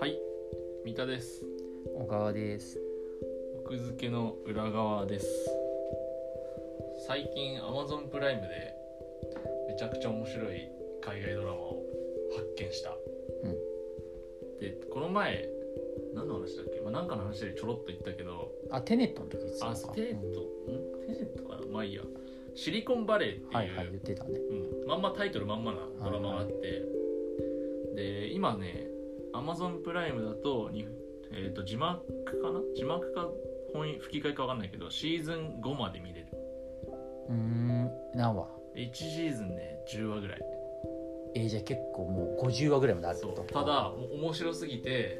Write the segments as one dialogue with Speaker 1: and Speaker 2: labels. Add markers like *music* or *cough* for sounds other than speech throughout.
Speaker 1: はい三田です
Speaker 2: 小川です
Speaker 1: 奥付けの裏側です最近 Amazon プライムでめちゃくちゃ面白い海外ドラマを発見した、
Speaker 2: うん
Speaker 1: でこの前何の話だっけ、まあ、なんかの話でちょろっと言ったけど
Speaker 2: あテネットの時です
Speaker 1: アステート、ん、テネットかなまあいいやシリコンバレーっていう、
Speaker 2: はいはい言ってたね
Speaker 1: うん、まんまタイトルまんまなドラマがあって、で今ね Amazon プライムだとに、えー、と字幕かな字幕か本意吹き替えか分かんないけどシーズン5まで見れる
Speaker 2: うーん何話
Speaker 1: 1シーズンね10話ぐらい
Speaker 2: えー、じゃあ結構もう50話ぐらいまであるって
Speaker 1: そ
Speaker 2: こと
Speaker 1: うただもう面白すぎて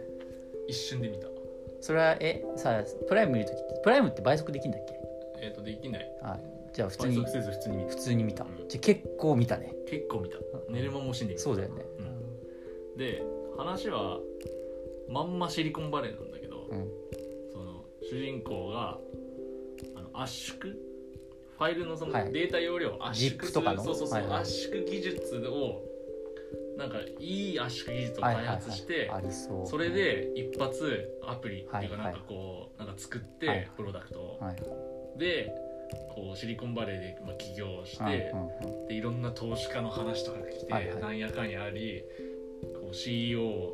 Speaker 1: 一瞬で見た
Speaker 2: それはえさあプライム見る時ってプライムって倍速できるんだっけ
Speaker 1: えっ、とできない
Speaker 2: あじゃあ普通
Speaker 1: 倍
Speaker 2: に
Speaker 1: 速せず普通に見た
Speaker 2: 普通に見た、
Speaker 1: うん
Speaker 2: じゃあ結構見たね
Speaker 1: 結構見た寝る間も惜しんで見た
Speaker 2: そうだよね
Speaker 1: うんで話はまんまシリコンバレーなんだけど、
Speaker 2: うん
Speaker 1: その主人公があの圧縮ファイルのその
Speaker 2: はい
Speaker 1: データ容量を圧縮
Speaker 2: ZIP
Speaker 1: する、
Speaker 2: とかの
Speaker 1: そうそうそう、
Speaker 2: はいはい
Speaker 1: 圧縮技術をなんかいい圧縮技術を開発して、
Speaker 2: はいはいはい、ありそう
Speaker 1: それで一発アプリっていうか
Speaker 2: は
Speaker 1: ないんかこう、なんか作って、
Speaker 2: はいはい
Speaker 1: プロダクトを、
Speaker 2: はい
Speaker 1: でこうシリコンバレーでまあ起業して、
Speaker 2: はいうんうん
Speaker 1: でいろんな投資家の話とか来て、
Speaker 2: はいはい
Speaker 1: なんやかんやありこう CEO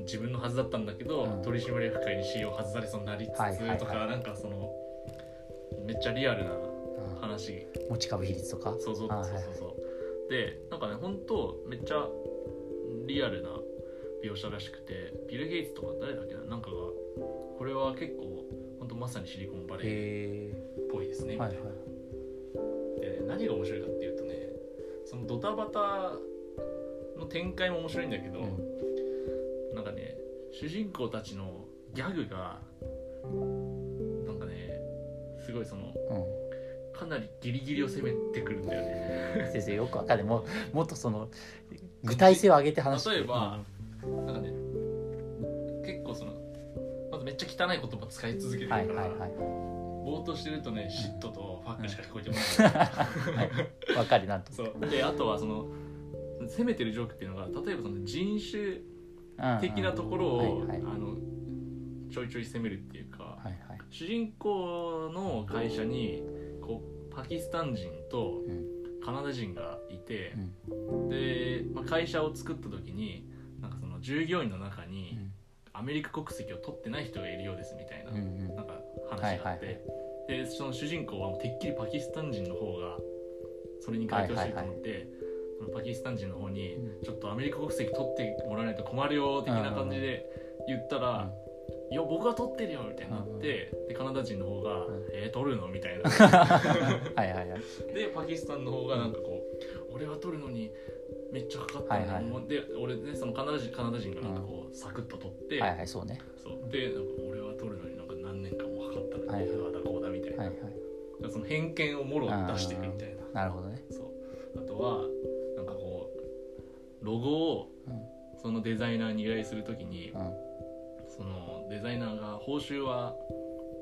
Speaker 1: 自分のはずだったんだけど、
Speaker 2: うん
Speaker 1: 取締役会に CEO 外されそうになりつつとか、
Speaker 2: はいはいはい
Speaker 1: なんかそのめっちゃリアルな
Speaker 2: うん
Speaker 1: 話
Speaker 2: 持ち株比率とか
Speaker 1: そうそうそう
Speaker 2: はい
Speaker 1: そう
Speaker 2: はい
Speaker 1: そうでなんかね本当めっちゃリアルな描写らしくてビル・ゲイツとか誰だっけななんかがこれは結構本当まさにシリコンバレーっ
Speaker 2: へ
Speaker 1: ぽいですね
Speaker 2: え
Speaker 1: みた
Speaker 2: はいい
Speaker 1: な
Speaker 2: は。い
Speaker 1: で何が面白いかっていうとねそのドタバタの展開も面白いんだけど、
Speaker 2: うん
Speaker 1: なんかね主人公たちのギャグがなんかねすごいその
Speaker 2: うん
Speaker 1: かなりギリギリを攻めてくるんだよね
Speaker 2: 先生よくわかんないもうもっとその具体性を上げて話して
Speaker 1: 例えばなんかね結構そのまずめっちゃ汚い言葉使い続けてる
Speaker 2: う
Speaker 1: か
Speaker 2: ん
Speaker 1: ら、
Speaker 2: はいはいは
Speaker 1: ぼーっとしてるとね嫉妬とファックしか聞こえてこない、
Speaker 2: *laughs* いわかるなんと
Speaker 1: そうであとはその攻めてるジョークっていうのが例えばその人種的なところを、
Speaker 2: うんうんはいはい
Speaker 1: あのちょいちょい攻めるっていうか、
Speaker 2: はいはい
Speaker 1: 主人公の会社にこうパキスタン人と
Speaker 2: うん
Speaker 1: カナダ人がいて
Speaker 2: う、ん
Speaker 1: で、まあ、会社を作った時になんかその従業員の中にアメリカ国籍を取ってない人がいるようですみたいな,、
Speaker 2: うんうん
Speaker 1: なんか話があって、
Speaker 2: はい
Speaker 1: でその主人公はもうてっきりパキスタン人の方がそれに該当してると思って、そのパキスタン人の方に
Speaker 2: う
Speaker 1: ちょっとアメリカ国籍取ってもらわないと困るよ的な感じで言ったら「いや僕は取ってるよ」みたいになってでカナダ人の方が
Speaker 2: うん
Speaker 1: 「えー、取るの?」みたいな
Speaker 2: *laughs* はいはいはい
Speaker 1: でパキスタンの方がなんかこう「俺は取るのにめっちゃかかったんだ」
Speaker 2: はいは
Speaker 1: で俺ねそのカナダ人カナダ人がなんかこうサクッと取って、
Speaker 2: はいはいそうね
Speaker 1: そうでなんか俺は取るのになんか何年間もかかったのに、
Speaker 2: はい
Speaker 1: ああだこうだみたいな、
Speaker 2: はいはい
Speaker 1: だからその偏見をもろに出していくみたいな。
Speaker 2: なるほどね
Speaker 1: そうあとはなんかこうロゴをそのデザイナーに依頼するときに
Speaker 2: うんうん
Speaker 1: そのデザイナーが報酬は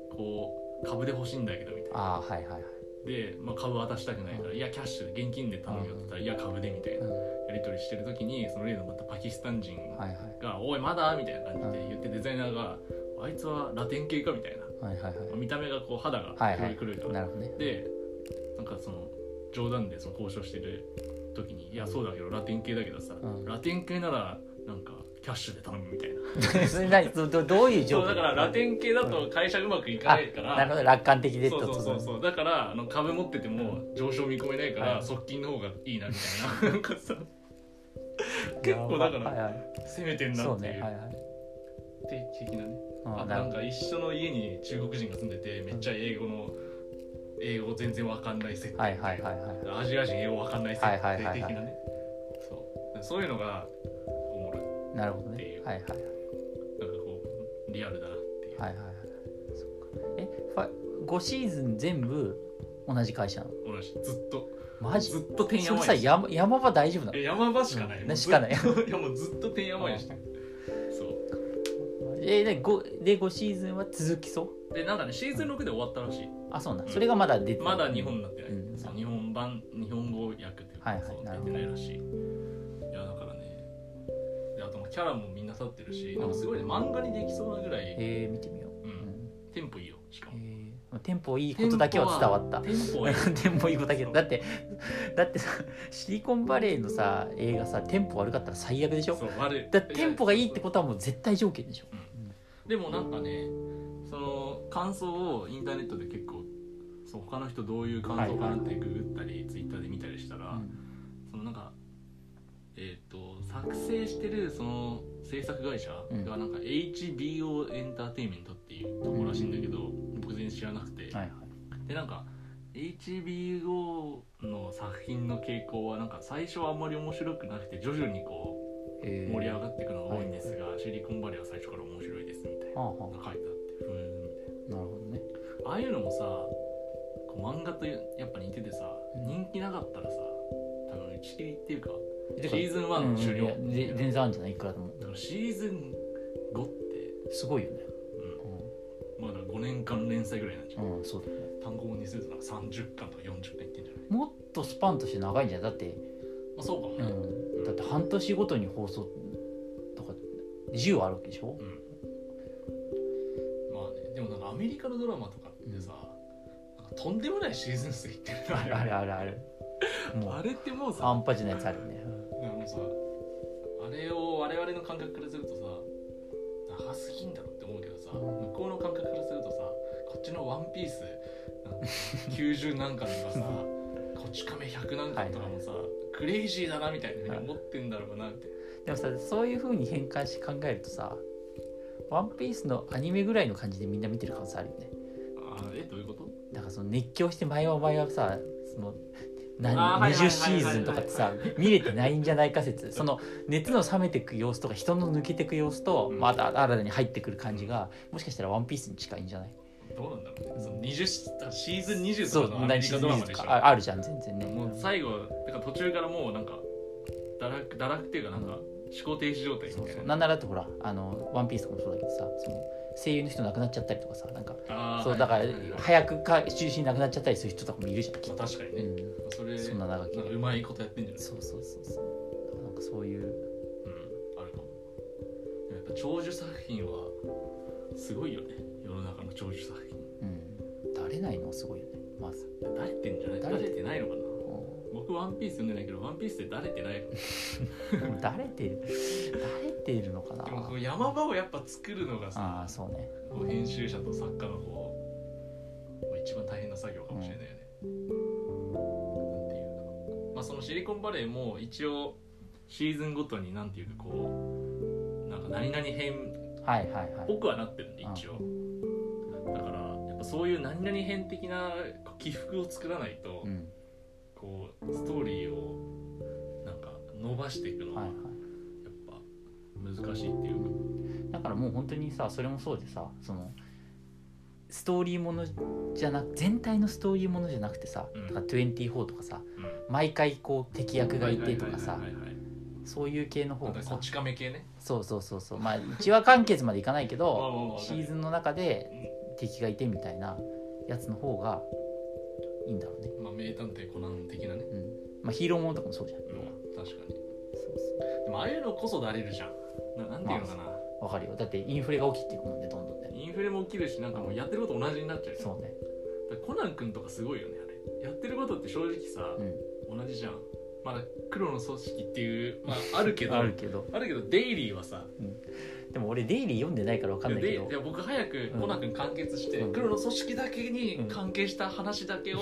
Speaker 1: こう株で欲しいんだけどみたいな
Speaker 2: ああはいはいはい
Speaker 1: で、まあ、株渡したくないから「いやキャッシュ現金で頼むよ」って言ったら「いや株で」みたいな
Speaker 2: うん
Speaker 1: やり取りしてるときにその例のまたパキスタン人
Speaker 2: はいはい
Speaker 1: が「おいまだ?」みたいな感じで言ってデザイナーが「あいつはラテン系か」みたいな
Speaker 2: はいはいはい
Speaker 1: 見た目がこう肌が
Speaker 2: はい
Speaker 1: 黒
Speaker 2: はい
Speaker 1: 黒いから
Speaker 2: いなるほどね
Speaker 1: でなんかその冗談でその交渉してる時に「いやそうだけどラテン系だけどさ、
Speaker 2: うん
Speaker 1: ラテン系ならなんかキャッシュで頼む」みた
Speaker 2: *laughs*
Speaker 1: いな
Speaker 2: それ何どどどういう状
Speaker 1: そうだ
Speaker 2: 況
Speaker 1: からラテン系だと会社うまくいか
Speaker 2: あ
Speaker 1: ないから、
Speaker 2: なるほど楽観的でって
Speaker 1: そ
Speaker 2: こ
Speaker 1: う
Speaker 2: と
Speaker 1: そうそうそうだからあの株持ってても上昇見込めないから、
Speaker 2: はい
Speaker 1: 側近の方がいいなみたいな *laughs* なんかさ結構だから
Speaker 2: はいはい
Speaker 1: 攻めてんな
Speaker 2: そう
Speaker 1: っていう
Speaker 2: ねはいはい
Speaker 1: 定期的なねあ
Speaker 2: う
Speaker 1: と
Speaker 2: ん
Speaker 1: な
Speaker 2: なる
Speaker 1: ん
Speaker 2: ほど
Speaker 1: か一緒の家に中国人が住んでてめっちゃ英語の英語全然わかんない設定みた
Speaker 2: はいい
Speaker 1: な
Speaker 2: はいはいはい
Speaker 1: アジア人英語わかんない設
Speaker 2: はいはいはいは
Speaker 1: 定
Speaker 2: い
Speaker 1: 的なねそうそういうのがおもろい
Speaker 2: なるほど
Speaker 1: ってい
Speaker 2: ね
Speaker 1: う
Speaker 2: はいはい
Speaker 1: なんかこうリアルだなっていう、
Speaker 2: はいはいはいそっかえファ5シーズン全部同じ会社なの
Speaker 1: 同じずっと
Speaker 2: マジ
Speaker 1: ずっとてんや
Speaker 2: それ
Speaker 1: ま
Speaker 2: さ
Speaker 1: や
Speaker 2: 山山場大丈夫なの
Speaker 1: え山場しかない、
Speaker 2: う
Speaker 1: も
Speaker 2: ん
Speaker 1: う
Speaker 2: ね
Speaker 1: ず
Speaker 2: しかない
Speaker 1: *laughs* いやもうずっとてんやまやしてるそ
Speaker 2: えで 5, で5シーズンは続きそう
Speaker 1: うでなんかねシーズン6で終わったらしい
Speaker 2: あそうなん、
Speaker 1: うん
Speaker 2: それがまだ出てな
Speaker 1: ま
Speaker 2: い
Speaker 1: だ日本になってない、
Speaker 2: うん
Speaker 1: そう日本版日本語訳というか
Speaker 2: はいはい
Speaker 1: そう
Speaker 2: な
Speaker 1: 出
Speaker 2: るほ
Speaker 1: て
Speaker 2: ど
Speaker 1: ないらしいいやだからねであともうキャラもみんな立ってるしなんかすごいね漫画にできそうなぐらい、
Speaker 2: えー、見てみよ
Speaker 1: う、
Speaker 2: う、うんん
Speaker 1: テンポいいよしかも
Speaker 2: えー、テンポいいことだけは伝わっ
Speaker 1: *laughs*
Speaker 2: た
Speaker 1: テンポはいい
Speaker 2: *laughs* テンポいいことだけどだってて *laughs* だってさシリコンバレーのさ映画さテンポ悪かったら最悪でしょ
Speaker 1: そう悪い
Speaker 2: だってテンポがいいってことはもう絶対条件でしょ、
Speaker 1: でもなんかねその感想をインターネットで結構そう他の人どういう感想かなってググったりツイッターで見たりしたら、
Speaker 2: うん
Speaker 1: そのなんかえっ、と作成してるその制作会社
Speaker 2: うん
Speaker 1: がなんか HBO エンターテインメントっていうところらしいんだけど、僕全然知らなくて、
Speaker 2: はいはい
Speaker 1: でなんか HBO の作品の傾向はなんか最初はあんまり面白くなくて徐々にこう
Speaker 2: えー
Speaker 1: 盛り上がっていくのが多いんですが、シリコンバレーは最初から面白いですみたいな
Speaker 2: はあは
Speaker 1: のが書いてあってふーんみたいな。
Speaker 2: あなるほどね
Speaker 1: ああいうのもさこう漫画とやっぱ似ててさ、
Speaker 2: うん
Speaker 1: 人気なかったらさ多分打ち切りっていうか
Speaker 2: てか
Speaker 1: シーズン1の終了、
Speaker 2: うんいやで全然あるんじゃないいくらでも
Speaker 1: だからシーズン5って、
Speaker 2: すごいよね
Speaker 1: うん、まだ5年間連載ぐらいなんじゃ、
Speaker 2: うんん、うん、そうだよね
Speaker 1: 単行本にするとなんか30巻とか40巻いってんじゃない、
Speaker 2: もっとスパンとして長いんじゃないだって、
Speaker 1: まあ、そうかも
Speaker 2: う
Speaker 1: ね、
Speaker 2: ん、だって半年ごとに放送とか10あるわけでしょ
Speaker 1: まあねでもなんかアメリカのドラマとかってさ、なんかとんでもないシーズン数いってるの
Speaker 2: あるあるあるあるも
Speaker 1: あ
Speaker 2: う
Speaker 1: れってもうさ
Speaker 2: 半端じゃないやつあるよね
Speaker 1: あのさあれを我々の感覚からするとさ長すぎんだろって思うけどさ向こうの感覚からするとさこっちの「ワンピースなんか90何巻
Speaker 2: *laughs*
Speaker 1: とかさこっち亀100何巻とかもさクレイジーだなみたいなふうに思ってんだろうなって
Speaker 2: でもさそういうふうに変換して考えるとさ「ワンピースのアニメぐらいの感じでみんな見てる可能性あるよね
Speaker 1: あーえどういうこと
Speaker 2: だからその熱狂して前は前はさその
Speaker 1: あー
Speaker 2: 何
Speaker 1: はいはいはいはい
Speaker 2: 20シーズンとかってさ見れてないんじゃないか説その熱の冷めてく様子とか人の抜けてく様子と、
Speaker 1: うん
Speaker 2: また新たに入ってくる感じがもしかしたら「ワンピースに近いんじゃない
Speaker 1: どうなんだろうねその20あシーズン20
Speaker 2: そ
Speaker 1: と
Speaker 2: う
Speaker 1: かのアメ
Speaker 2: 何
Speaker 1: リ
Speaker 2: シー
Speaker 1: カ
Speaker 2: ズ
Speaker 1: ドラ
Speaker 2: ン
Speaker 1: マでし
Speaker 2: か
Speaker 1: ょ
Speaker 2: ああるじゃん全然ね
Speaker 1: もう最後てか途中からもうなんか堕落堕落っていうかなんか思考停止状態みた
Speaker 2: そう
Speaker 1: い
Speaker 2: そ
Speaker 1: な
Speaker 2: うなんならだってほら「あのワンピースとかもそうだけどさその声優の人亡くなっちゃったりとかさなんか
Speaker 1: あー
Speaker 2: そうだか
Speaker 1: は
Speaker 2: ら
Speaker 1: いはいはいはい
Speaker 2: 早くか中心なくなっちゃったりする人とかもいるじゃんきっと
Speaker 1: まあ確かにね
Speaker 2: うん
Speaker 1: それ
Speaker 2: そんな長き
Speaker 1: なんかうまいことやってんじゃない
Speaker 2: そうそうそうそうなんかそういう
Speaker 1: うんあるかもでもやっぱ長寿作品はすごいよね世の中の長寿作品
Speaker 2: うんだれないのはすごいよねまず、
Speaker 1: だれてんじゃないだ
Speaker 2: だ
Speaker 1: れ
Speaker 2: れて
Speaker 1: てないのかな
Speaker 2: う
Speaker 1: 僕ワンピース読んでないけどワンピースってだれてないの
Speaker 2: ん、でもだれてるだれているのかな
Speaker 1: でもこう山場をやっぱ作るのが
Speaker 2: あ
Speaker 1: さ
Speaker 2: あそうね
Speaker 1: こう編集者と作家のこうまあ一番大変な作業かもしれないよね、なんていうかまあそのシリコンバレーも一応シーズンごとになんていうかこうなんか何々編
Speaker 2: はいはいはい
Speaker 1: 僕はなってるんで一応だからやっぱそういう何々編的なこう起伏を作らないと、
Speaker 2: うん
Speaker 1: こうストーリーをなんか伸ばしていくのは
Speaker 2: はい
Speaker 1: や
Speaker 2: は
Speaker 1: っぱ難しいっていうか、
Speaker 2: いだからもう本当にさそれもそうでさそのストーリーものじゃなく全体のストーリーものじゃなくてさ、
Speaker 1: うん
Speaker 2: だから24とかさ毎回こう敵
Speaker 1: う
Speaker 2: 役
Speaker 1: ん
Speaker 2: がいてとか
Speaker 1: は
Speaker 2: さ
Speaker 1: いはいはいはい
Speaker 2: そういう系の方
Speaker 1: なん
Speaker 2: が
Speaker 1: か
Speaker 2: さ
Speaker 1: こっち亀系ね
Speaker 2: そうそうそうそうまあ1話完結までいかな
Speaker 1: *laughs*
Speaker 2: いけ
Speaker 1: わあわあわ
Speaker 2: ど
Speaker 1: あ
Speaker 2: シーズンの中で敵がいてみたいなやつの方がいいんだろうね、
Speaker 1: まあ名探偵コナン的なね、
Speaker 2: うんまあ、ヒーローものとかもそうじゃん、
Speaker 1: うん
Speaker 2: 要は
Speaker 1: 確かに
Speaker 2: そうそ
Speaker 1: でもああいうのこそだれるじゃんななんていうのかな、
Speaker 2: うわかるよだってインフレが起きていくもんねどんどんね
Speaker 1: インフレも起きるしなんかもうやってること同じになっちゃうじゃん
Speaker 2: そうね
Speaker 1: だからコナン君とかすごいよねあれやってることって正直さ、
Speaker 2: うん
Speaker 1: 同じじゃんまだ黒の組織っていうまああるけど
Speaker 2: あるけど
Speaker 1: あるけどデイリーはさ
Speaker 2: でも俺デイリー読んでないからわかんない
Speaker 1: い
Speaker 2: け
Speaker 1: や
Speaker 2: ど
Speaker 1: デイいや僕早く
Speaker 2: うん
Speaker 1: コナン君完結して、
Speaker 2: うん
Speaker 1: 黒の組織だけに関係した話だけを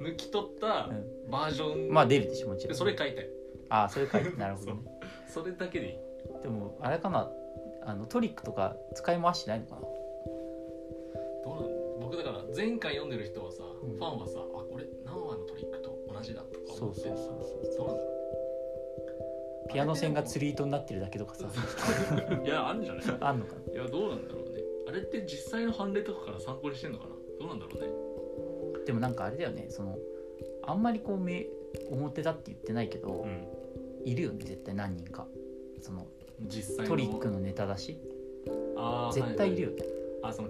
Speaker 1: 抜き取った
Speaker 2: うん
Speaker 1: バージョン、
Speaker 2: まあ出るでしょもちろ
Speaker 1: で
Speaker 2: ん
Speaker 1: それ書いたい
Speaker 2: ああそれ書
Speaker 1: *laughs*
Speaker 2: いてなるほどね
Speaker 1: それだけでいい
Speaker 2: でもあれかなあのトリックとか使い回してないのかな
Speaker 1: どうなん僕だから前回読んでる人はさ、
Speaker 2: うん
Speaker 1: ファンはさあこれ何話のトリックと同じだとか
Speaker 2: そ
Speaker 1: 思っ
Speaker 2: う
Speaker 1: て
Speaker 2: そうそうそう
Speaker 1: どうなんだろうね
Speaker 2: ピアノ線が釣り糸になってるだけとかさ
Speaker 1: *laughs* いやあるんじゃない
Speaker 2: あんのかない
Speaker 1: やどうなんだろうねあれって実際の判例とかから参考にしてんのかなどうなんだろうね
Speaker 2: でもなんかあれだよねそのあんまりこう目表だって言ってないけど、いるよね絶対何人かその
Speaker 1: 実際の
Speaker 2: トリックのネタだし
Speaker 1: あー
Speaker 2: 絶対いるよね、
Speaker 1: はいはいあその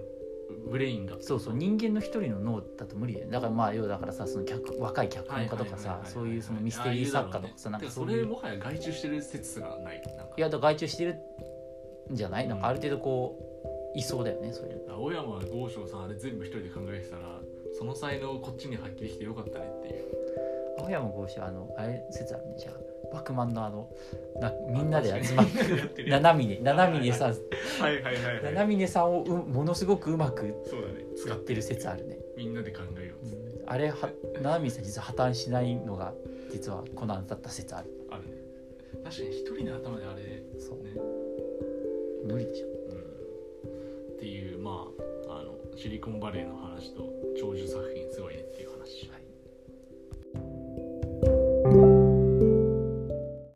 Speaker 1: ブレインが
Speaker 2: そうそう人間の一人の脳だと無理だよねだからまあ要はだからさその脚若い脚本家とか
Speaker 1: はいはいはい
Speaker 2: さ
Speaker 1: はい
Speaker 2: そういうそのミステリー作家とかさ
Speaker 1: あ
Speaker 2: な
Speaker 1: あ
Speaker 2: ん
Speaker 1: いう
Speaker 2: かそ
Speaker 1: だろうねてかそれ
Speaker 2: ういう
Speaker 1: もはや外注してる説がないなんか
Speaker 2: いやだから外注してるんじゃないなんかある程度こういそうだよねそういう
Speaker 1: 青山豪昌さんあれ全部一人で考えてたらその才能こっちに発揮できてよかったねっていう
Speaker 2: 青山剛志はあのあれ説あるねじゃあバクマンのあのなみんなで集まって
Speaker 1: やってる *laughs*
Speaker 2: *laughs*
Speaker 1: やつ
Speaker 2: 七峰七峰さん
Speaker 1: はいはいはいはい
Speaker 2: 七峰さんをうものすごくうまく
Speaker 1: そうだね
Speaker 2: 使ってる説あるね
Speaker 1: みんなで考えようっつって
Speaker 2: あれは七海さん実は破綻しないのが実はコナンだった説ある
Speaker 1: あるね確かに一人の頭であれね
Speaker 2: そう無理でしょ
Speaker 1: うんっていうまああのシリコンバレーの話と長寿作品すごいねっていう話
Speaker 2: はい